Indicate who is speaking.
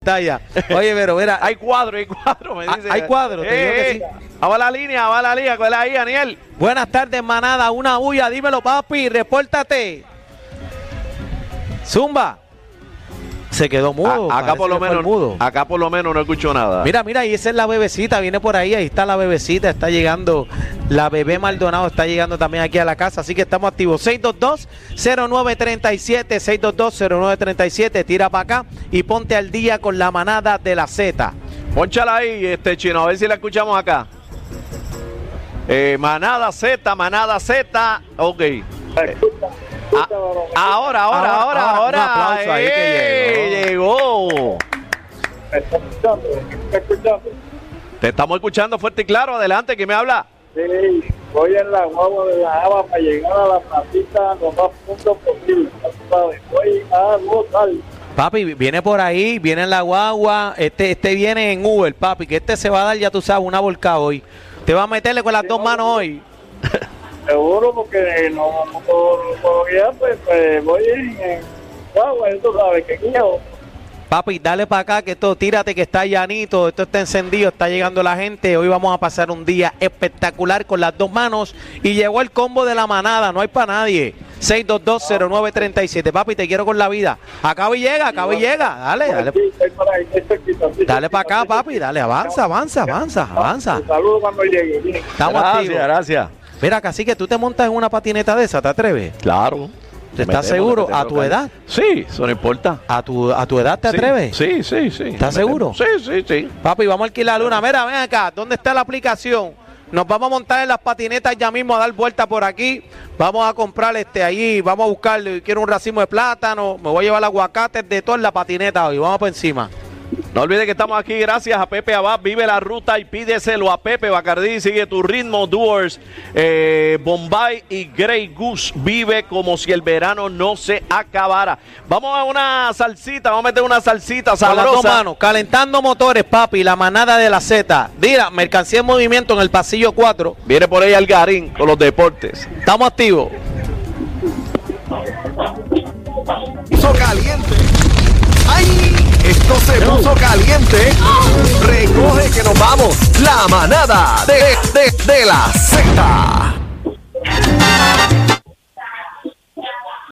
Speaker 1: pantalla. Oye, pero mira,
Speaker 2: Hay cuadro, hay cuadro, me
Speaker 1: Ah,
Speaker 2: dice.
Speaker 1: hay cuadro, te digo que
Speaker 2: Ah, va la línea, va la línea, ¿cuál es ahí, Daniel?
Speaker 1: buenas tardes, manada, una bulla, dímelo, papi, repórtate. Zumba. Se quedó mudo.
Speaker 2: A- acá
Speaker 1: parece
Speaker 2: por lo
Speaker 1: que fue el
Speaker 2: menos,
Speaker 1: mudo.
Speaker 2: acá por lo menos no escucho nada.
Speaker 1: Mira, mira, y esa es la bebecita, viene por ahí, ahí está la bebecita, está llegando la bebé Maldonado, está llegando también aquí a la casa, así que estamos activos. 622-0937, 622-0937, tira para acá y ponte al día con la manada de la Z.
Speaker 2: Pónchala ahí, este chino, a ver si la escuchamos acá. Eh, manada Z, manada Z, ok. Eh, ah, ahora, ahora,
Speaker 1: Ahora,
Speaker 2: ahora, ahora.
Speaker 1: ahora, un aplauso ahí que
Speaker 2: ¡Ey! llegó.
Speaker 3: ¿Me está escuchando? ¿Me está escuchando?
Speaker 2: Te estamos escuchando fuerte y claro, adelante, que me habla.
Speaker 3: Sí, voy en la guagua de la Java para llegar a la placita lo más pronto posible. ya tú sabes. Voy a votar.
Speaker 1: Papi, viene por ahí, viene en la guagua, este, este viene en Uber, papi, que este se va a dar, ya tú sabes, una volcada hoy. Te va a meterle con las dos manos hoy.
Speaker 3: Seguro porque no, no puedo no puedo guiar, pues, pues voy en, en guagua, ya tú sabes que guío.
Speaker 1: Papi, dale para acá, que esto, tírate, que está llanito, esto está encendido, está llegando la gente. Hoy vamos a pasar un día espectacular con las dos manos. Y llegó el combo de la manada, no hay para nadie. 6220937, papi, te quiero con la vida. Acá y llega, acá y llega, dale, dale.
Speaker 3: Sí, estoy para ahí, estoy cerquita, estoy
Speaker 1: Dale para
Speaker 3: cerquita,
Speaker 1: acá,
Speaker 3: estoy
Speaker 1: papi,
Speaker 3: cerquita.
Speaker 1: dale, avanza, avanza, avanza, avanza.
Speaker 3: Te saludo cuando llegue. bien.
Speaker 1: Estamos
Speaker 2: gracias,
Speaker 1: activos.
Speaker 2: gracias.
Speaker 1: Mira, casi que tú te montas en una patineta de esa, ¿te atreves?
Speaker 2: Claro.
Speaker 1: ¿Te estás seguro? ¿A tu edad?
Speaker 2: Sí, eso no importa.
Speaker 1: ¿A tu, a tu edad te
Speaker 2: Sí,
Speaker 1: atreves?
Speaker 2: Sí, sí, sí.
Speaker 1: ¿Estás
Speaker 2: Me
Speaker 1: seguro?
Speaker 2: temo. Sí, sí, sí.
Speaker 1: Papi, vamos a alquilar la luna. Mira, ven acá, ¿dónde está la aplicación? Nos vamos a montar en las patinetas ya mismo a dar vuelta por aquí. Vamos a comprar este allí, vamos a buscarle. Quiero un racimo de plátano, me voy a llevar aguacates de toda la patineta hoy. Vamos por encima.
Speaker 2: No olvides que estamos aquí gracias a Pepe Abad. Vive la ruta y pídeselo a Pepe Bacardí. Sigue tu ritmo, Doors, eh, Bombay y Grey Goose. Vive como si el verano no se acabara. Vamos a una salsita, vamos a meter una salsita
Speaker 1: Con las dos
Speaker 2: sabrosa.
Speaker 1: manos, calentando motores, papi, la manada de la Z. Mira, mercancía en movimiento en el pasillo 4.
Speaker 2: Viene por ahí Algarín con los deportes.
Speaker 1: Estamos activos.
Speaker 4: puso caliente. ¡Ay! Esto se puso caliente. Recoge que nos vamos. La manada de, de, de la Z.